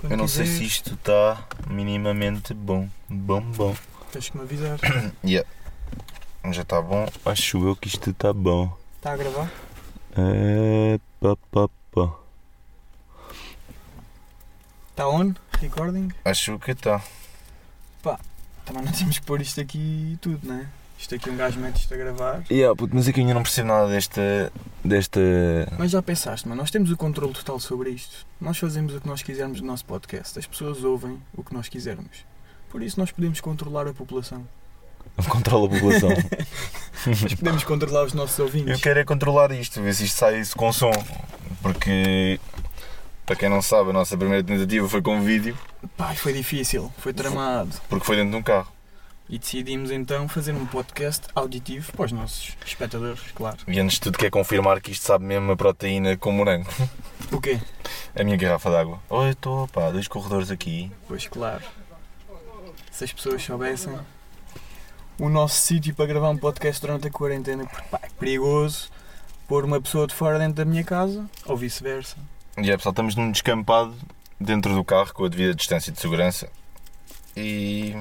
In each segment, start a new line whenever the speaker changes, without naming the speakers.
Quando
Eu não sei
quiseres,
se isto está minimamente bom. Bom, bom.
Tens que me avisar.
Já está bom? Acho eu que isto está bom.
Está Tá a gravar?
É. Pá, pá, pá.
Está Tá on? Recording?
Acho que tá. está.
Também não temos que pôr isto aqui tudo, não é? Isto aqui um gajo mete isto a gravar.
Yeah, puto, mas é que eu ainda não percebo nada desta. desta.
Mas já pensaste, mano, nós temos o controle total sobre isto. Nós fazemos o que nós quisermos no nosso podcast. As pessoas ouvem o que nós quisermos. Por isso nós podemos controlar a população.
controla a população.
Nós podemos controlar os nossos
eu
ouvintes.
quero é controlar isto, ver se isto sai isso com som. Porque. para quem não sabe, a nossa primeira tentativa foi com vídeo,
Pai, foi difícil, foi tramado.
porque foi dentro de um carro.
E decidimos então fazer um podcast auditivo para os nossos espectadores, claro.
E antes de tudo, quer confirmar que isto sabe mesmo a proteína com morango.
O quê?
A minha garrafa d'água. Oi, estou, pá, dois corredores aqui.
Pois claro. Se as pessoas soubessem o nosso sítio para gravar um podcast durante a quarentena, porque pá, é perigoso pôr uma pessoa de fora dentro da minha casa ou vice-versa.
E é pessoal, estamos num descampado dentro do carro com a devida distância de segurança. E.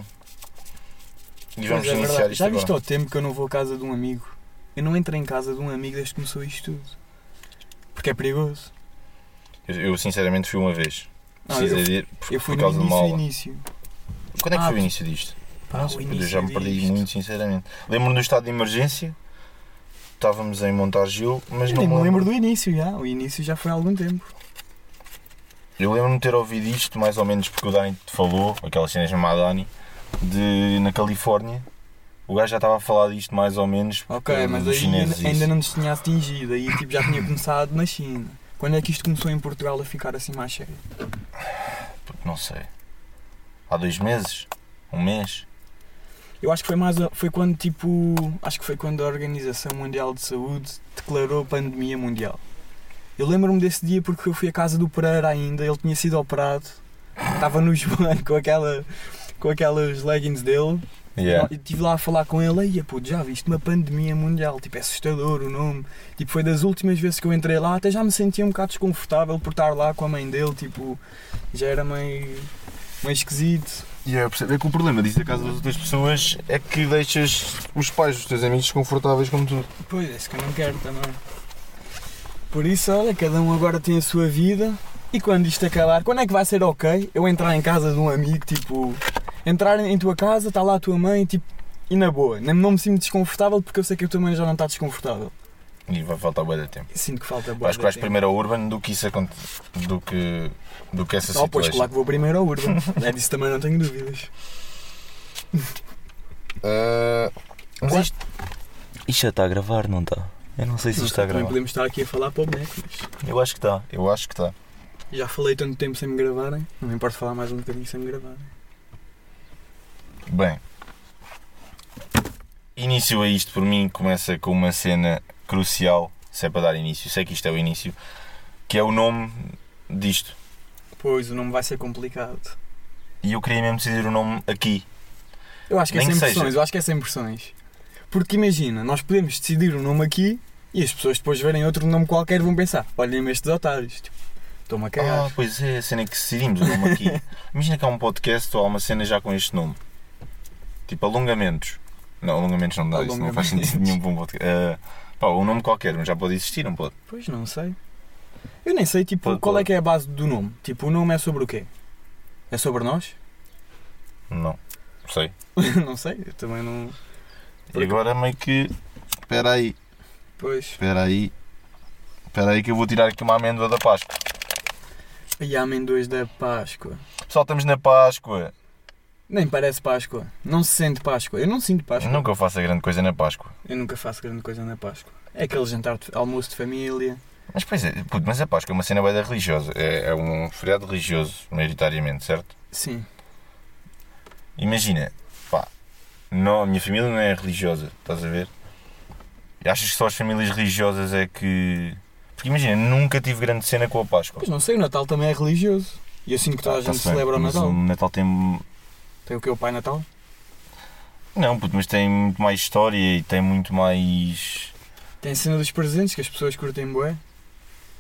E
Mas
vamos
é
iniciar
verdade.
isto
Já viste
agora.
ao tempo que eu não vou à casa de um amigo? Eu não entro em casa de um amigo desde que começou isto tudo. Porque é perigoso.
Eu, eu, sinceramente fui uma vez.
Não,
Precisa
eu,
de ir por,
eu fui
por
no
causa de uma
início,
aula.
início.
Quando é que
Ah,
foi o início disto?
Pá,
Nossa,
o
puto, eu
início
já me perdi
disto.
muito, sinceramente. Lembro-me do estado de emergência. Estávamos em Montagil, mas
Eu nem
não me
me
lembro.
lembro do início já. O início já foi há algum tempo.
Eu lembro-me de ter ouvido isto mais ou menos porque o Dani te falou, aquela cena chamada Dani, de na Califórnia. O gajo já estava a falar disto mais ou menos.
Ok,
eh,
mas
dos
aí
chineses,
ainda, ainda
isso.
não nos tinha atingido, aí tipo, já tinha começado na China. Quando é que isto começou em Portugal a ficar assim mais cheio?
Não sei. Há dois meses? Um mês?
Eu acho que foi mais. a- Foi quando tipo. Acho que foi quando a Organização Mundial de Saúde declarou pandemia mundial. Eu lembro-me desse dia porque eu fui à casa do Pereira ainda, ele tinha sido operado, estava no joelho com aquela. Com aquelas leggings dele,
Yeah.
e estive lá a falar com ele, e puto, já viste uma pandemia mundial, tipo, é assustador o nome. Tipo, foi das últimas vezes que eu entrei lá, até já me sentia um bocado desconfortável por estar lá com a mãe dele, tipo, já era meio, meio esquisito.
Yeah, percebo. é que o problema disso da casa das outras pessoas é que deixas os pais dos teus amigos desconfortáveis como tu.
Pois, é isso que eu não quero também. Por isso, olha, cada um agora tem a sua vida. E quando isto acabar, quando é que vai ser ok eu entrar em casa de um amigo, tipo, entrar em tua casa, está lá a tua mãe, tipo, e na boa, não não me sinto desconfortável porque eu sei que a tua mãe já não está desconfortável.
E vai faltar bué de tempo.
Sinto que falta boa.
Acho que vais primeiro ao Urban do que isso acontece. Do que, do que essa
Oh, pois,
Tá situação.
claro que vou primeiro ao Urban. é disso também não tenho dúvidas.
Ah, mas
Qual-
isto... isto já está a gravar, não está? Eu não sei se isto está a
Também
gravar.
podemos estar aqui a falar para o boneco, mas
Eu acho que está. Eu acho que está.
já falei tanto tempo sem me gravarem, não me importa falar mais um bocadinho sem me gravarem.
Bem, início a isto por mim começa com uma cena crucial, se é para dar início, sei que isto é o início, que é o nome disto.
Pois, o nome vai ser complicado.
E eu queria mesmo dizer o nome aqui.
Eu acho que
Nem
é
que
sem
seja.
pressões, eu acho que é sem pressões. Porque imagina, nós podemos decidir o nome aqui e as pessoas depois verem outro nome qualquer vão pensar, olhem-me estes otários, tipo, estou-me a
Ah,
cagar.
pois é, a cena que decidimos o nome aqui. Imagina que há um podcast ou há uma cena já com este nome. Tipo alongamentos. Não, alongamentos não dá, isso não faz
Alongamentos.
sentido nenhum para um podcast. Ah, pá, um nome qualquer, mas já pode existir, não pode?
Pois não sei. Eu nem sei tipo
Oh. Pode-
qual é
pode.
que é a base do nome. Tipo, o nome é sobre o quê? É sobre nós?
Não, sei.
não sei, eu também não.
E agora meio que. Espera aí.
Pois.
Espera aí. Espera aí que eu vou tirar aqui uma amêndoa da Páscoa.
E há amendois da Páscoa.
Pessoal, estamos na Páscoa.
Nem parece Páscoa. Não se sente Páscoa. Eu não sinto Páscoa.
Nunca eu faço a grande coisa na Páscoa.
Eu nunca faço grande coisa na Páscoa. É aquele jantar, de, almoço de família.
Mas pois é, puto, mas a Páscoa é uma cena bem religiosa. É, é um feriado religioso, maioritariamente, certo?
Sim.
Imagina, pá, não, a minha família não é religiosa, estás a ver? E achas que só as famílias religiosas é que. Porque imagina, nunca tive grande cena com a Páscoa.
Pois não sei, o Natal também é religioso. E eu sinto que toda a
Ah,
gente
tá-se bem,
celebra o
mas
Natal.
O Natal tem
Tem o que? O Pai Natal?
Não, puto, mas tem muito mais história e tem muito mais.
Tem a cena dos presentes que as pessoas curtem bué.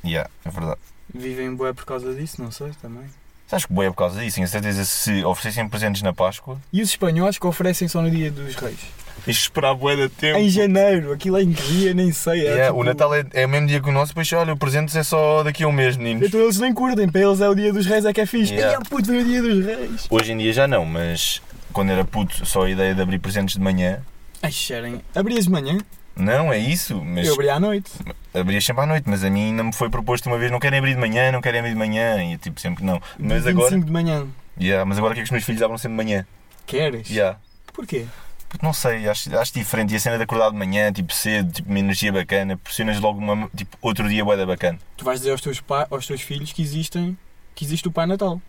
Yeah, é verdade.
Vivem bué por causa disso, não sei também.
Sabes que boia é por causa disso, tenho certeza se oferecessem presentes na Páscoa,
E os espanhóis que oferecem só no dia dos reis?
tens de esperar boia de tempo.
Em janeiro, aquilo é em que dia, nem sei. É,
Yeah,
tipo-
O Natal é, é o mesmo dia que o nosso, pois olha, o presente é só daqui a um mês, meninos.
Então eles nem curtem, para eles é o dia dos reis é que é fixe.
Yeah.
Yeah. puto, vem o dia dos reis.
Hoje em dia já não, mas quando era puto, só a ideia de abrir presentes de manhã.
Ai, cheirem. Abrias de manhã,
Não, é isso, mas
eu abri à noite.
abrias sempre à noite, mas a mim ainda me foi proposto uma vez, não querem abrir de manhã, não querem abrir de manhã, e eu, tipo sempre não. Mas agora,
25 de manhã.
yeah, mas agora o que é que os meus filhos abram sempre de manhã?
Queres?
Yeah.
Porquê?
Porque não sei, acho, acho diferente. E a cena de acordar de manhã, tipo cedo, tipo uma energia bacana, pressionas logo uma, tipo, outro dia boeda bacana.
Tu vais dizer aos teus, pa... aos teus filhos que existem que existe o Pai Natal.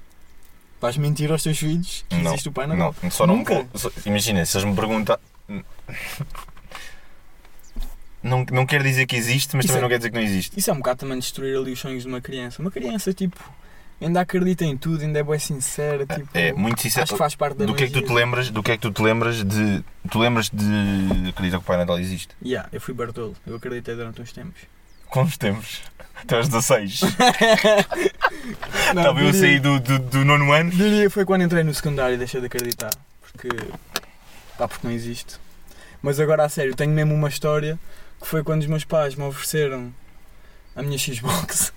Vais mentir aos teus filhos que
Não,
existe o Pai Natal.
Não, só não
Nunca?
vou- só- imagina, se eles me perguntam. Não, não quer dizer que existe, mas
Isso
também
é-
não quer dizer que não existe.
Isso é um bocado também destruir ali os sonhos de uma criança. Uma criança, tipo, ainda acredita em tudo, ainda é boa sincera, tipo.
É muito
Acho que
sincero.
faz parte da
Do que é que tu te
magia.
lembras? Do que é que tu te lembras de. Tu lembras de. Acredita que o Pai Natal existe?
Yeah, eu fui Bartolo, eu acreditei durante uns tempos.
Quantos tempos? Tu és 16.
Não,
Estava eu a
diria-
sair do, do, do nono ano.
Diria que foi quando entrei no secundário e deixei de acreditar. Porque. pá, porque não existe. Mas agora a sério, tenho mesmo uma história que foi quando os meus pais me ofereceram a minha Xbox.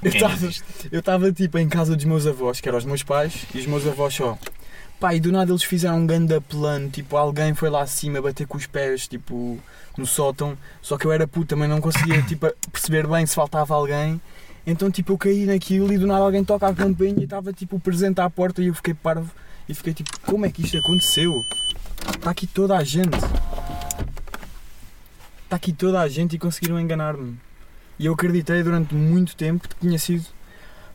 Eu
Quem
tava-
existe?
Eu estava tipo em casa dos meus avós, que eram os meus pais, e os meus avós só. Pá, e do nada eles fizeram um grande plano, tipo, alguém foi lá acima bater com os pés, tipo, no sótão, só que eu era puto, também não conseguia tipo, perceber bem se faltava alguém. Então tipo, eu caí naquilo e do nada alguém toca a campainha e estava tipo o presente à porta e eu fiquei parvo e fiquei tipo, como é que isto aconteceu? Está aqui toda a gente. Está Tá aqui toda a gente e conseguiram enganar-me. E eu acreditei durante muito tempo que tinha sido.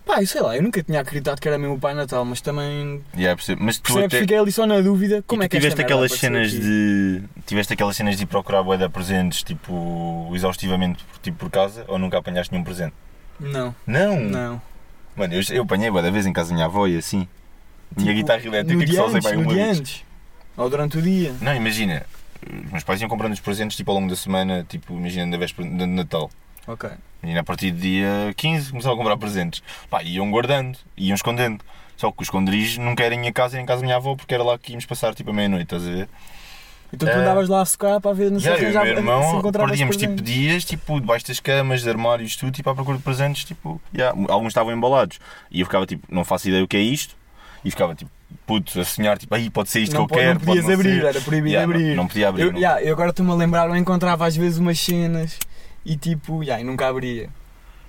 Pá, eu sei lá, eu nunca tinha acreditado que era mesmo o Pai Natal, mas também.
Yeah, percebo. Mas tu
Percebes?
até.
Fiquei ali só na dúvida. Como
e
é
tu
que esta
tiveste
merda
aquelas
apareceu
cenas
aqui?
de. Tiveste aquelas cenas de ir procurar bué de presentes, tipo, exaustivamente por, tipo, por casa, ou nunca apanhaste nenhum presente?
Não,
Não!
não.
Mano, eu, eu apanhei bué da vez em casa da minha avó e assim. Minha
Tipo,
guitarra
no
elétrica que
dia
É, só usei um
antes,
para aí
no
uma
dia
vez.
antes. Ou durante o dia.
Não, imagina, os meus pais iam comprando os presentes tipo ao longo da semana, tipo, imagina da véspera de Natal.
Ok.
Imagina, a partir do dia 15 começavam a comprar presentes. Pá, iam guardando, iam escondendo. Só que os esconderijos nunca era em minha casa, era em casa da minha avó, porque era lá que íamos passar tipo a meia-noite, estás a ver?
Então tu
Ah.
andavas lá a secar para ver, não sei
Já, eu
quem
e o
já
meu irmão
encontrava
perdíamos tipo dias, tipo, debaixo das camas, de armários, tudo, tipo, à procura de presentes, tipo, já. alguns estavam embalados. E eu ficava tipo, não faço ideia o que é isto, e ficava tipo, puto, a sonhar, tipo, aí pode ser isto
não,
que eu quero,
não podias
pode não
abrir,
ser.
era proibido
Já,
abrir.
Não, não podia abrir.
Eu,
não.
yeah, eu agora estou-me a lembrar, eu encontrava às vezes umas cenas e tipo, yeah, e nunca abria.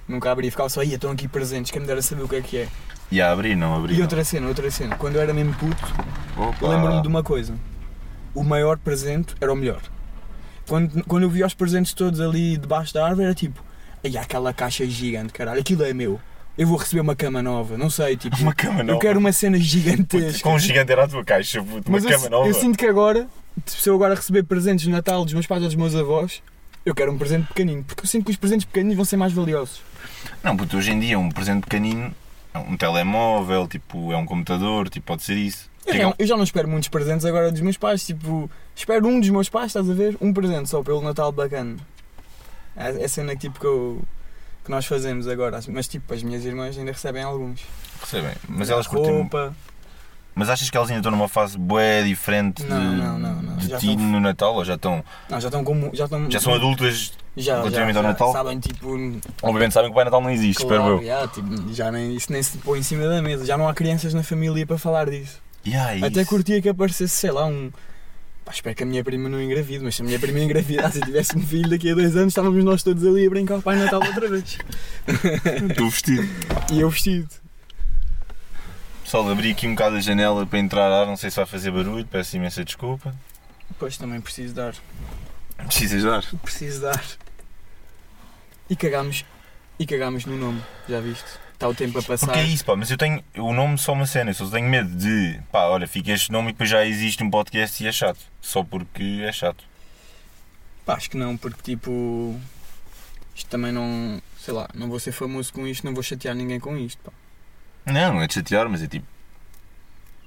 Nunca abria, ficava só, ia, estão aqui presentes, quem me dera saber o que é que é.
Já, abrir, não abrir.
E
não.
outra cena, outra cena. Quando eu era mesmo puto,
Opa.
eu lembro-me de uma coisa. O maior presente era o melhor. Quando, quando eu vi os presentes todos ali debaixo da árvore, era tipo, ai, aquela caixa gigante, caralho, aquilo é meu. Eu vou receber uma cama nova, não sei, tipo,
Uma cama nova.
eu quero uma cena gigantesca.
Com um gigante era a tua caixa, puto, uma
Mas eu,
cama
si-
nova.
eu sinto que agora, se eu agora receber presentes de Natal dos meus pais ou dos meus avós, eu quero um presente pequenino, porque eu sinto que os presentes pequeninos vão ser mais valiosos.
Não, puto, hoje em dia um presente pequenino, é um telemóvel, tipo, é um computador, tipo, pode ser isso.
Eu,
Que é
já,
um-
eu já não espero muitos presentes agora dos meus pais, tipo, espero um dos meus pais, estás a ver? Um presente só pelo Natal bacana. É é a cena que, tipo, que, eu- que nós fazemos agora, mas tipo, as minhas irmãs ainda recebem alguns.
Percebem? Mas elas curtem.
Roupa,
Mas achas que elas ainda estão numa fase bué diferente de,
Não, não, não, não.
de
Já
ti
estão- Uhum.
no Natal? Ou já estão.
não, já estão como. Já, estão,
Já são adultas,
já, já,
relativamente ao
já,
Natal?
Sabem, tipo,
obviamente sabem que o Pai Natal não existe,
Claro,
espero eu.
já, tipo, já nem, isso nem se põe em cima da mesa, já não há crianças na família para falar disso.
Yeah, é
Até
isso.
curtia que aparecesse, sei lá, um. Pá, espero que a minha prima não engravide, mas se a minha prima engravidasse e tivesse um filho daqui a dois anos, estávamos nós todos ali a brincar ao Pai Natal outra vez.
Estou vestido.
E eu vestido.
Pessoal, abri aqui um bocado a janela para entrar ar, não sei se vai fazer barulho, peço imensa desculpa.
Pois também preciso dar,
Precisas dar?
preciso dar. E cagámos, e cagámos no nome, já viste? Está o tempo a passar.
Porque é isso, pá, mas eu tenho. O nome só uma cena, eu só tenho medo de. pá, olha, fica este nome e depois já existe um podcast e é chato. Só porque é chato.
Pá, acho que não, porque tipo. Isto também não. Sei lá, não vou ser famoso com isto, não vou chatear ninguém com isto, pá.
Não, não é de chatear, mas é tipo.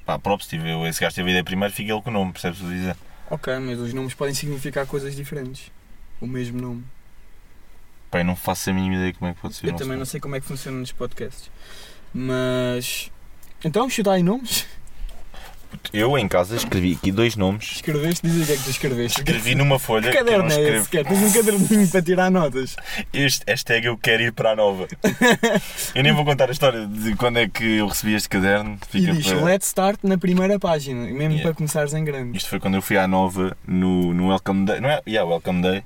pá, próprio, se tiver, esse gajo teve a ideia primeiro, fica ele com o nome, percebes o que eu dizer?
Ok, mas os nomes podem significar coisas diferentes. O mesmo nome.
Pá, eu não faço a mínima ideia como é que pode ser.
eu também não sei como é que funciona nos podcasts. Mas. Então, chuta aí nomes.
Eu em casa escrevi aqui dois nomes.
Escreveste, diz aí o que é que tu escreveste.
Escrevi numa folha.
Que
que eu não
caderno é
escrevo.
esse? Quer? Tens um caderninho para tirar notas.
Este hashtag eu quero ir para a nova. eu nem vou contar a história de quando é que eu recebi este caderno.
e diz,
para-
let's start na primeira página, mesmo
Yeah.
para começares em grande.
Isto foi quando eu fui à Nova no, no Welcome Day. Não é? Yeah, Welcome Day.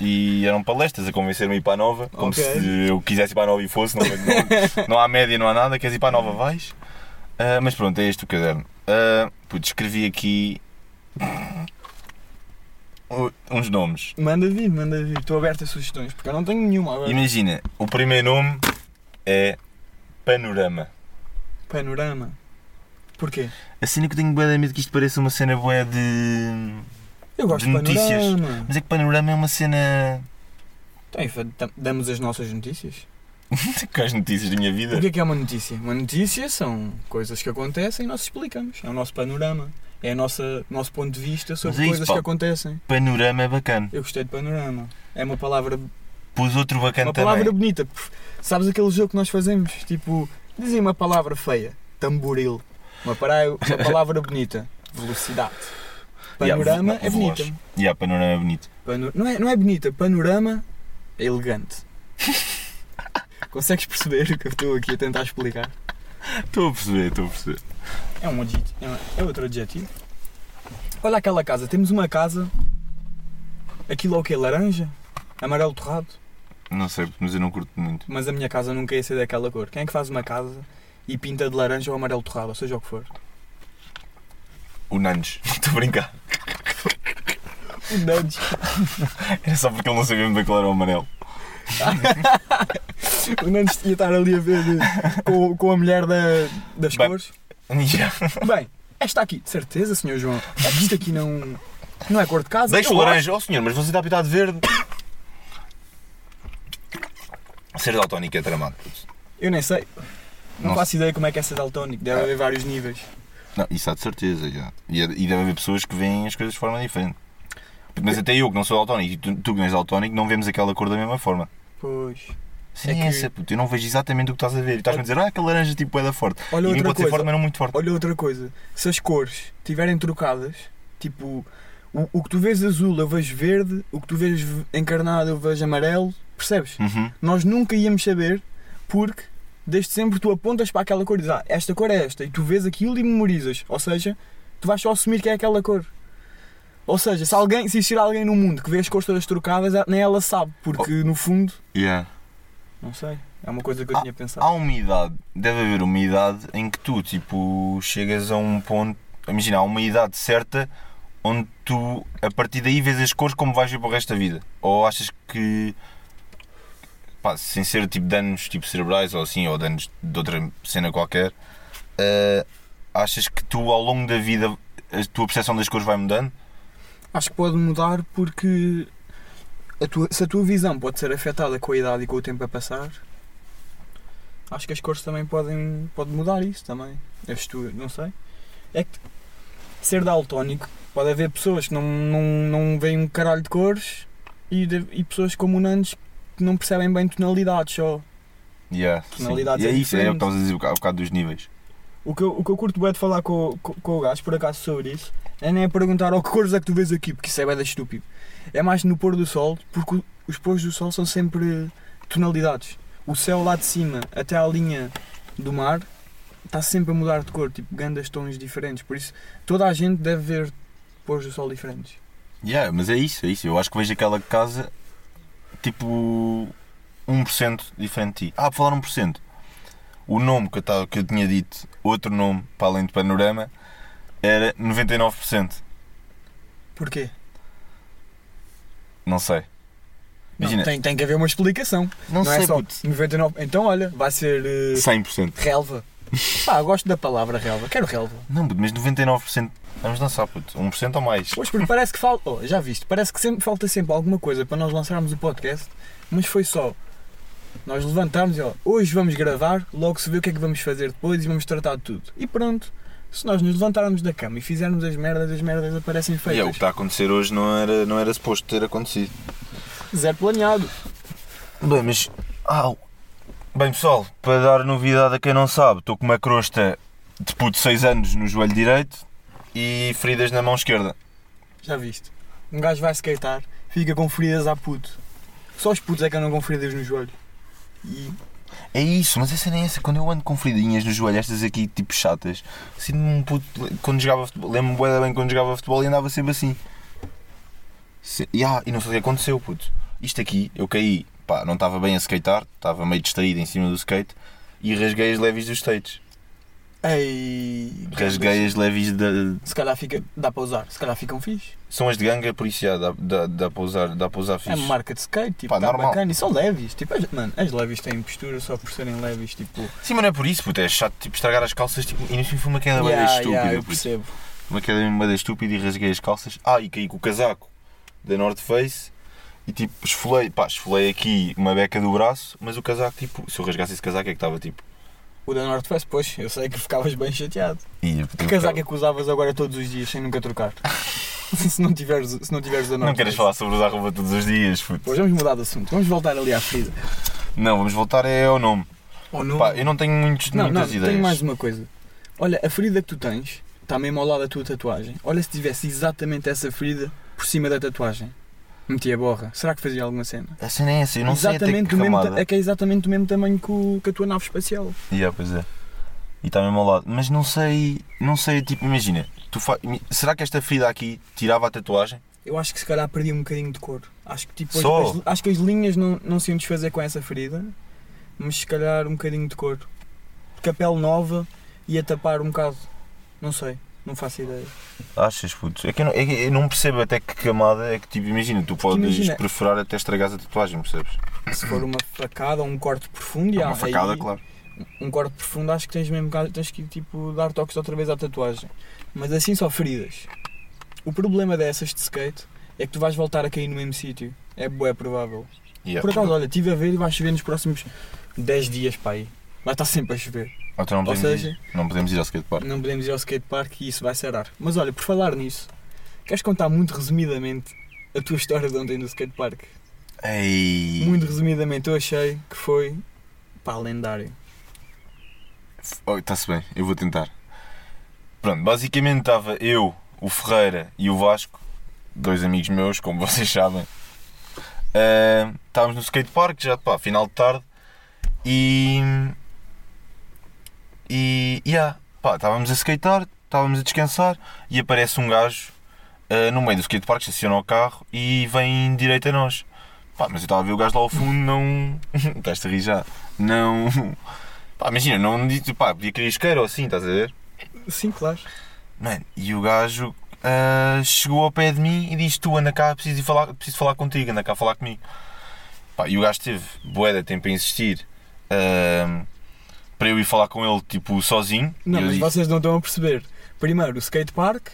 E eram palestras a convencer-me a ir para a Nova. Como
Ok.
se eu quisesse ir para a Nova e fosse. Não, não, não há média, não há nada. Queres ir para a Nova, vais. Ah, mas pronto, é este o caderno. Ah, putz, escrevi aqui. uh, uns nomes.
Manda vir, manda vir. Estou aberto a sugestões, porque eu não tenho nenhuma agora.
Imagina, o primeiro nome é Panorama.
Panorama. Porquê?
A cena Assim que eu tenho bué de medo que isto pareça uma cena bué de.
Eu gosto
De
de,
notícias.
panorama.
Mas é que panorama é uma cena.
Então, e fa- dam- damos as nossas notícias.
com as notícias da minha vida.
O que é que é uma notícia? Uma notícia são coisas que acontecem e nós explicamos. É o nosso panorama. É o nosso ponto de vista sobre
Mas é isso,
coisas
pá.
que acontecem.
Panorama é bacana.
Eu gostei de panorama. É uma palavra,
Pus outro bacana
uma palavra
também.
bonita. Pff, Sabes aquele jogo que nós fazemos? Tipo, dizem uma palavra feia. Tamboril. Uma, para- uma palavra bonita. Velocidade.
Yeah,
Panorama
ve-
é
veloz.
bonita.
Yeah, panorama é bonito.
Pano- Não, é, não é bonita, panorama é elegante. Consegues perceber o que eu estou aqui a tentar explicar?
Estou a perceber, estou a perceber.
É um adjetivo. É, um- é outro adjetivo. Olha aquela casa, temos uma casa. Aquilo é o quê? Laranja? Amarelo torrado?
Não sei, mas eu não curto muito.
Mas a minha casa nunca ia ser daquela cor. Quem é que faz uma casa e pinta de laranja ou amarelo torrado, ou seja o que for?
O Nanes. Estou a brincar.
O Nantes.
Era só porque ele não sabia muito bem qual era o amarelo.
O Nantes ia estar ali a ver eh, com, com a mulher da- das
Bem,
cores.
Yeah.
Bem, esta aqui, de certeza, senhor João. É que isto aqui não. Não é cor de casa.
Deixa
Eu
o laranja. Oh senhor, mas você está pintado de verde. Ser daltónico é tramado. putz.
acho- Eu nem sei. Não,
Não
faço ideia como é que é ser daltónico. Deve haver vários níveis.
Não, isso há de certeza, já. E, e deve haver pessoas que veem as coisas de forma diferente. Mas até eu que não sou daltónico e tu, tu que não és daltónico não vemos aquela cor da mesma forma.
Pois.
Sim,
É
é
que-
essa, puto. Eu não vejo exatamente o que estás a ver. E estás-me a dizer, ah, aquela laranja tipo é da forte.
Olha
e a mim
outra
pode ser
coisa.
forte, mas não muito forte.
Olha outra coisa. Se as cores estiverem trocadas, tipo. O, o que tu vês azul eu vejo verde, o que tu vês encarnado eu vejo amarelo, percebes?
Uhum.
Nós nunca íamos saber porque desde sempre tu apontas para aquela cor e dizes ah, esta cor é esta e tu vês aquilo e memorizas. Ou seja, tu vais só assumir que é aquela cor. Ou seja, se, alguém, se existir alguém no mundo que vê as cores todas trocadas, nem ela sabe, porque no fundo,
Yeah.
não sei, é uma coisa que eu tinha pensado.
Há uma idade, deve haver uma idade em que tu, tipo, chegas a um ponto. Imagina, há uma idade certa onde tu, a partir daí, vês as cores como vais ver para o resto da vida. Ou achas que. Pá, sem ser tipo danos tipo cerebrais ou assim, ou danos de outra cena qualquer, eh, achas que tu, ao longo da vida, a tua percepção das cores vai mudando?
Acho que pode mudar porque a tua- se a tua visão pode ser afetada com a idade e com o tempo a passar, acho que as cores também podem pode mudar isso também. Acho tu, não sei. É que ser daltónico pode haver pessoas que não, não, não veem um caralho de cores e, de- e pessoas como o Nantes que não percebem bem tonalidades só.
Yeah, sim.
Tonalidades
E é
é
isso, é o que
diferente.
estavas a dizer há bocado- há bocado dos níveis.
O que, eu, o que eu curto bem de falar com, com, com o gajo, por acaso, sobre isso, é nem a perguntar oh, que cores é que tu vês aqui, porque isso é bem estúpido. É mais no pôr do sol, porque o- os pôs do sol são sempre tonalidades. O céu lá de cima até à linha do mar está sempre a mudar de cor, tipo, gandas tons diferentes. Por isso, toda a gente deve ver pôs do sol diferentes.
Yeah, mas é isso, é isso. Eu acho que vejo aquela casa tipo 1% diferente de ti. Ah, por falar 1%. O nome que eu, tava, que eu tinha dito, outro nome para além de panorama, era 99%.
Porquê?
Não sei.
Não,
Imagina,
tem, tem que haver uma explicação. Não
não, sei,
é só
puto.
99. Então, olha, vai ser eh,
100%.
relva. Pá, eu gosto da palavra relva. Quero relva.
Não, puto, mas 99%. Vamos dançar, puto. 1% ou mais.
Pois, porque parece que falta. Oh, já viste? Parece que sempre, falta sempre alguma coisa para nós lançarmos o podcast, mas foi só. Nós levantarmos e ó, hoje vamos gravar, logo se vê o que é que vamos fazer depois e vamos tratar de tudo. E pronto. Se nós nos levantarmos da cama e fizermos as merdas, as merdas aparecem
E é, o que
feitas.
está a acontecer hoje não era, não era suposto ter acontecido.
Zero planeado.
Bem, mas. é, Au! Bem pessoal, para dar novidade a quem não sabe, estou com uma crosta de puto 6 anos no joelho direito e feridas na mão esquerda.
Já viste? Um gajo vai skatear, fica com feridas à puto. Só os putos é que andam com feridas no joelho. E
É isso, mas essa nem é essa. Quando eu ando com feridinhas no joelho, estas aqui tipo chatas, sinto-me um puto. Quando jogava futebol, lembro-me bué bem quando jogava futebol e andava sempre assim. Se, e, ah, e não sei o que aconteceu, puto. Isto aqui, eu caí, pá, não estava bem a skatear, estava meio distraído em cima do skate e rasguei as levis dos states.
Ei.
Rasguei as levis da,
Se calhar fica. dá para usar, se calhar ficam fixe.
São as de ganga, por isso já dá, dá, dá para usar, dá para usar fixe.
É uma marca de skate, tipo,
Pá,
tá
normal.
bacana. E são leves, tipo, as, mano, as leves têm postura só por serem leves, tipo.
Sim, mas não é por isso, puto, é chato tipo, estragar as calças tipo, e no fim foi uma queda bem
Yeah,
estúpida.
yeah, eu
puto.
percebo.
uma queda bem bem estúpida e rasguei as calças. Ah, e caí com o casaco da North Face e tipo esfolei, pá, esfolei aqui uma beca do braço, mas o casaco, tipo, se eu rasgasse esse casaco é que estava tipo.
O da North Face, pois, eu sei que ficavas bem chateado.
ia,
Que
puto,
casaco é que usavas agora todos os dias sem nunca trocar? se não tiveres, se não tiveres da North
Não queres
Face.
falar sobre usar roupa todos os dias, puto.
Pois é. vamos mudar de assunto, vamos voltar ali à frisa.
Não, vamos voltar é ao nome.
Ou não?
Pá, eu não tenho muitos,
não, não,
muitas ideias.
tenho mais uma coisa. Olha, a ferida que tu tens está mesmo ao lado da tua tatuagem. Olha se tivesse exatamente essa ferida por cima da tatuagem. Meti a borra. Será que fazia alguma cena?
A cena é essa, eu não sei até
exatamente
que
do mesmo,
camada.
ta- é que é exatamente do mesmo tamanho que, o- que a tua nave espacial.
Yeah, pois é. E está mesmo ao lado. Mas não sei, não sei, tipo, imagina, tu fa... imi- será que esta ferida aqui tirava a tatuagem?
Eu acho que se calhar perdi um bocadinho de cor. Acho que tipo
Só?
as, as- acho que as linhas não, não se iam desfazer com essa ferida, mas se calhar um bocadinho de cor. Porque a pele nova ia tapar um bocado. Não sei, não faço ideia.
Achas, puto? É que eu não, é que eu não percebo até que camada é que, tipo, imagina, tu podes
imagina-
perfurar até estragares a tatuagem, percebes?
Se for uma facada ou um corte profundo,
é
já,
uma facada,
aí-
claro.
um corte profundo, acho que tens mesmo que- tens que tipo, dar toques outra vez à tatuagem. Mas assim só feridas. O problema dessas de skate é que tu vais voltar a cair no mesmo sítio. É bué provável.
Yeah.
Por acaso, olha, estive a ver e vai chover nos próximos 10 dias para aí. Vai estar sempre a chover.
Ou então não
Ou
podemos,
seja,
ir, não podemos ir ao skatepark.
não podemos ir ao skatepark e isso vai ser ar. Mas olha, por falar nisso, queres contar muito resumidamente a tua história de ontem no skatepark?
Ei!
Muito resumidamente, eu achei que foi pá, lendário.
Oh, Está-se bem, eu vou tentar. Pronto, basicamente estava eu, o Ferreira e o Vasco, dois amigos meus, como vocês sabem. Ah, estávamos no skatepark, já pá, final de tarde, e. E. Yeah, pá, estávamos a skatear, estávamos a descansar, e aparece um gajo ah, no meio do skatepark, estaciona o carro e vem direito a nós. Pá, mas eu estava a ver o gajo lá ao fundo, não. Estás-te a rir já? Não. Pá, imagina, não disse, pá, podia querer isqueiro ou assim, estás a ver?
Sim, claro.
Mano, e o gajo ah, chegou ao pé de mim e disse: Tu anda cá, preciso, ir falar, preciso falar contigo, anda cá a falar comigo. Pá, e o gajo teve bué de tempo a insistir ah, para eu ir falar com ele, tipo, sozinho.
Não,
E eu
mas
disse,
vocês não estão a perceber. Primeiro, o skatepark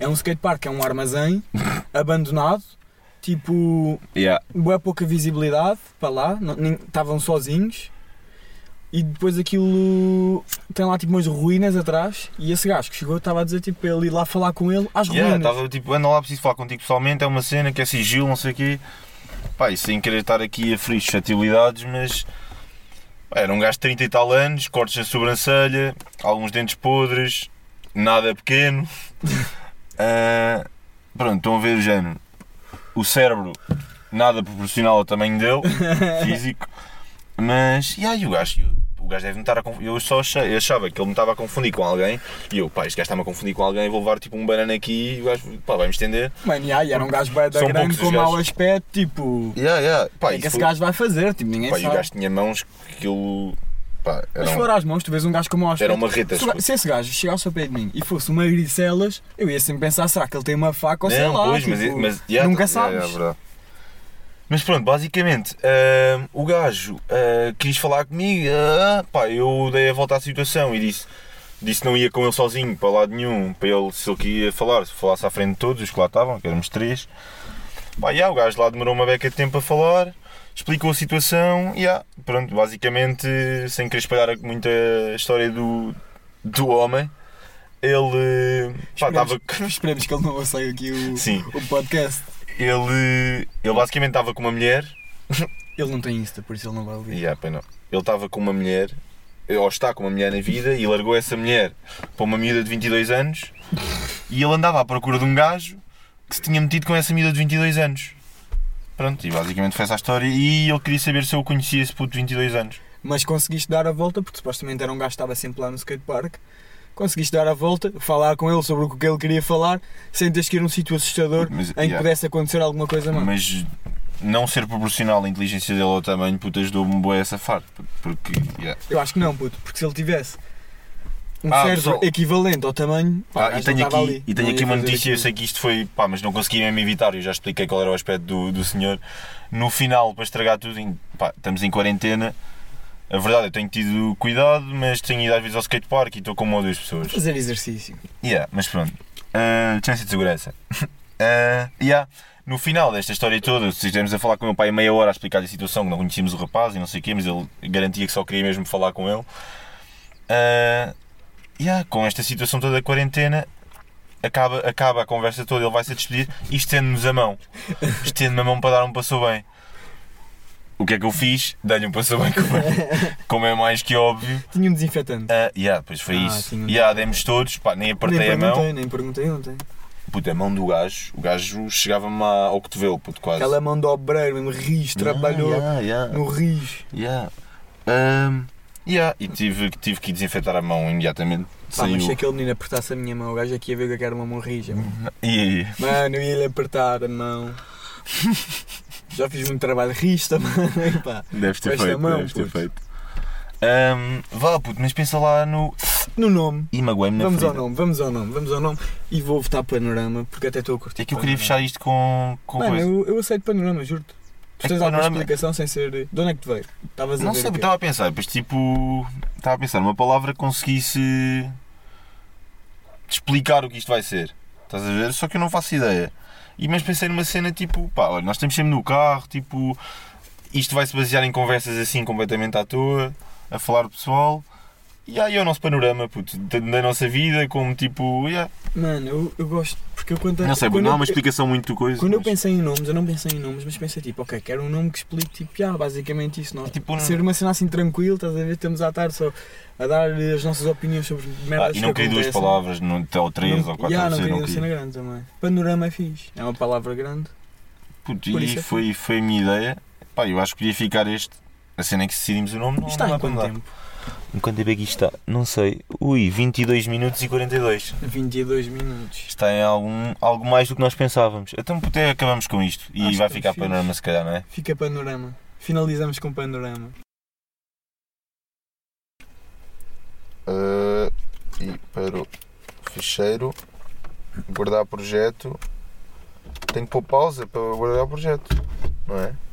é um skatepark, é um armazém abandonado, tipo,
"Yeah."
boa pouca visibilidade para lá, não- nem- estavam sozinhos. E depois aquilo tem lá tipo umas ruínas atrás. E esse gajo que chegou estava a dizer tipo para ele ir lá falar com ele às
Yeah,
ruínas.
estava tipo, anda lá, preciso falar contigo pessoalmente, é uma cena que é sigilo, não sei o quê. Pá, e sem querer estar aqui a ferir suscetibilidades, mas pá, era um gajo de 30 e tal anos, cortes na sobrancelha, alguns dentes podres, nada pequeno. Ah, pronto, estão a ver o género. O cérebro, nada proporcional ao tamanho dele, físico. Mas, e aí o gajo, o gajo deve me estar a confundir. Eu só achei- eu achava que ele me estava a confundir com alguém. E eu, pá, este gajo está-me a confundir com alguém, vou levar tipo um banana aqui e o gajo, pá, vai-me estender.
Mano, yeah, e era um gajo bué da
São
grande
poucos os
com mau
gajos.
aspecto, tipo.
Yeah, yeah. Pá,
O que é
e
que esse
foi-
gajo vai fazer? Tipo, ninguém
pá, e o
sabe.
gajo tinha mãos que aquilo. Pá,
Mas se
eram,
for às mãos, tu vês um gajo com mau aspecto.
eram marretas.
Se, o ga- se esse gajo chegasse ao pé de mim e fosse uma gricelas, eu ia sempre pensar, será que ele tem uma faca ou sei
Não,
lá,
pois,
tipo,
mas- mas, yeah,
nunca
yeah,
sabes.
yeah, é verdade. Mas pronto, basicamente, ah, o gajo ah, quis falar comigo, ah, pá, eu dei a volta à situação e disse, disse que não ia com ele sozinho para lado nenhum, para ele, se ele queria falar, se falasse à frente de todos os que lá estavam, que éramos três. Pá, yeah, o gajo lá demorou uma beca de tempo a falar, explicou a situação, e yeah, pronto, basicamente, sem querer espalhar muita história do, do homem, ele, pá, estava...
esperemos, esperemos que ele não ouça aqui o,
Sim.
o podcast.
Ele, ele basicamente estava com uma mulher
Ele não tem Insta, por isso ele não vai ouvir.
E ah, pá, não. Ele estava com uma mulher, ou está com uma mulher na vida, e largou essa mulher para uma miúda de 22 anos. E ele andava à procura de um gajo que se tinha metido com essa miúda de 22 anos. Pronto, e basicamente foi essa a história. E ele queria saber se eu conhecia esse puto de 22 anos.
Mas conseguiste dar a volta, porque supostamente era um gajo que estava sempre lá no skatepark. Conseguiste dar a volta, falar com ele sobre o que ele queria falar, sem teres que ir a um sítio assustador
Mas,
em que
yeah.
pudesse acontecer alguma coisa má.
Mas não ser proporcional à inteligência dele ao tamanho, puto, ajudou-me bué a safar. Porque, yeah.
Eu acho que não, puto, porque se ele tivesse um
Ah,
cérebro
pessoal.
equivalente ao tamanho. pá, o
Ah, e
gajo
tenho
não
aqui,
estava ali.
e tenho
Não
aqui
ia
uma
fazer
notícia, eu
aquilo.
sei que isto foi, pá, mas não consegui mesmo evitar, eu já expliquei qual era o aspecto do, do senhor. No final, para estragar tudo, em- pá, estamos em quarentena. A verdade, eu tenho tido cuidado, mas tenho ido às vezes ao skatepark e estou com uma ou duas pessoas.
Fazer exercício.
Yeah, mas pronto. Ah, distância de segurança. Ah, yeah, no final desta história toda, se estivemos a falar com o meu pai meia hora a explicar-lhe a situação, que não conhecíamos o rapaz e não sei o quê, mas ele garantia que só queria mesmo falar com ele. Ah, yeah, com esta situação toda da quarentena, acaba, acaba a conversa toda, ele vai se despedir e estende-nos a mão. Estende-me a mão para dar um passou bem. O que é que eu fiz? Dei-lhe um passou bem, como é- como é mais que óbvio.
Tinha um desinfetante.
Ah, yeah, pois foi
Ah,
isso.
tinha um
Yeah, demos todos, pá, nem apertei
nem
a mão.
perguntei, nem perguntei ontem.
Puta, a é mão do gajo, o gajo chegava-me à- ao cotovelo, puto, quase.
Aquela mão de obreiro, mesmo riz, trabalhou
Ah, Yeah, yeah,
no riz.
yeah. Ahm, yeah, E tive, tive que desinfetar a mão imediatamente.
Pá, mas se
Saiu.
aquele menino apertasse a minha mão, o gajo aqui ia ver que era uma mão rija. mano.
E
Mano, eu ia-lhe apertar a mão. Já fiz muito trabalho rista, mano. e pá.
deves ter
Esta
feito,
mão,
deves ter
puto.
feito. Ahm, vá, puto, mas pensa lá no.
No nome.
E magoei-me na
Vamos ao
ferida.
nome, vamos ao nome, vamos ao nome. E vou votar panorama, porque até estou a curtir.
É que eu queria
Panorama.
fechar isto com, com
Mano,
coisa.
eu, eu aceito panorama, juro-te. Tu
É que
tens alguma
panorama-
explicação sem ser. De onde é que te veio? Estavas a
Não
ver
sei, então.
o quê?
estava a é? pensar, mas tipo. Estava a pensar numa palavra que conseguisse explicar o que isto vai ser. Estás a ver? Só que eu não faço ideia. E mas pensei numa cena tipo, pá, olha, nós estamos sempre no carro, tipo, isto vai se basear em conversas assim completamente à toa, a falar do pessoal. E aí é o nosso panorama, puto, da da nossa vida, como tipo. Yeah.
Mano, eu, eu gosto. Porque eu quando.
Não sei,
quando
não há
eu-
uma explicação muito coisa.
Quando eu
mas-
pensei em nomes, eu não pensei em nomes, mas pensei tipo, ok, quero um nome que explique, tipo, ah, basicamente isso. Nós,
Tipo,
Ser uma cena assim tranquila, estás a ver? Estamos à tarde só a dar eh, as nossas opiniões sobre merdas
Ah, e não
que
queria duas
acontecem.
palavras, não, ou três,
Não-
ou quatro,
yeah,
não
não assim
sei,
queria
não
uma
queria.
cena grande também. Panorama é fixe, é uma palavra grande.
Puto,
Por
e
isso é
foi, foi a minha ideia. Pá, eu acho que podia ficar este. A cena em que decidimos o nome não
Isto está em
não dá para
quanto
mudar.
tempo?
Em quanto tempo é que isto está? Não sei. Ui, 22 minutos e 42.
22 minutos.
Está em algum, algo mais do que nós pensávamos. Então até acabamos com isto. E
Acho
vai
que
ficar
fixe.
para norma se calhar, não é?
Fica panorama. Finalizamos com panorama.
Eh, e para o ficheiro, guardar projeto. Tenho que pôr pausa para guardar o projeto, não é?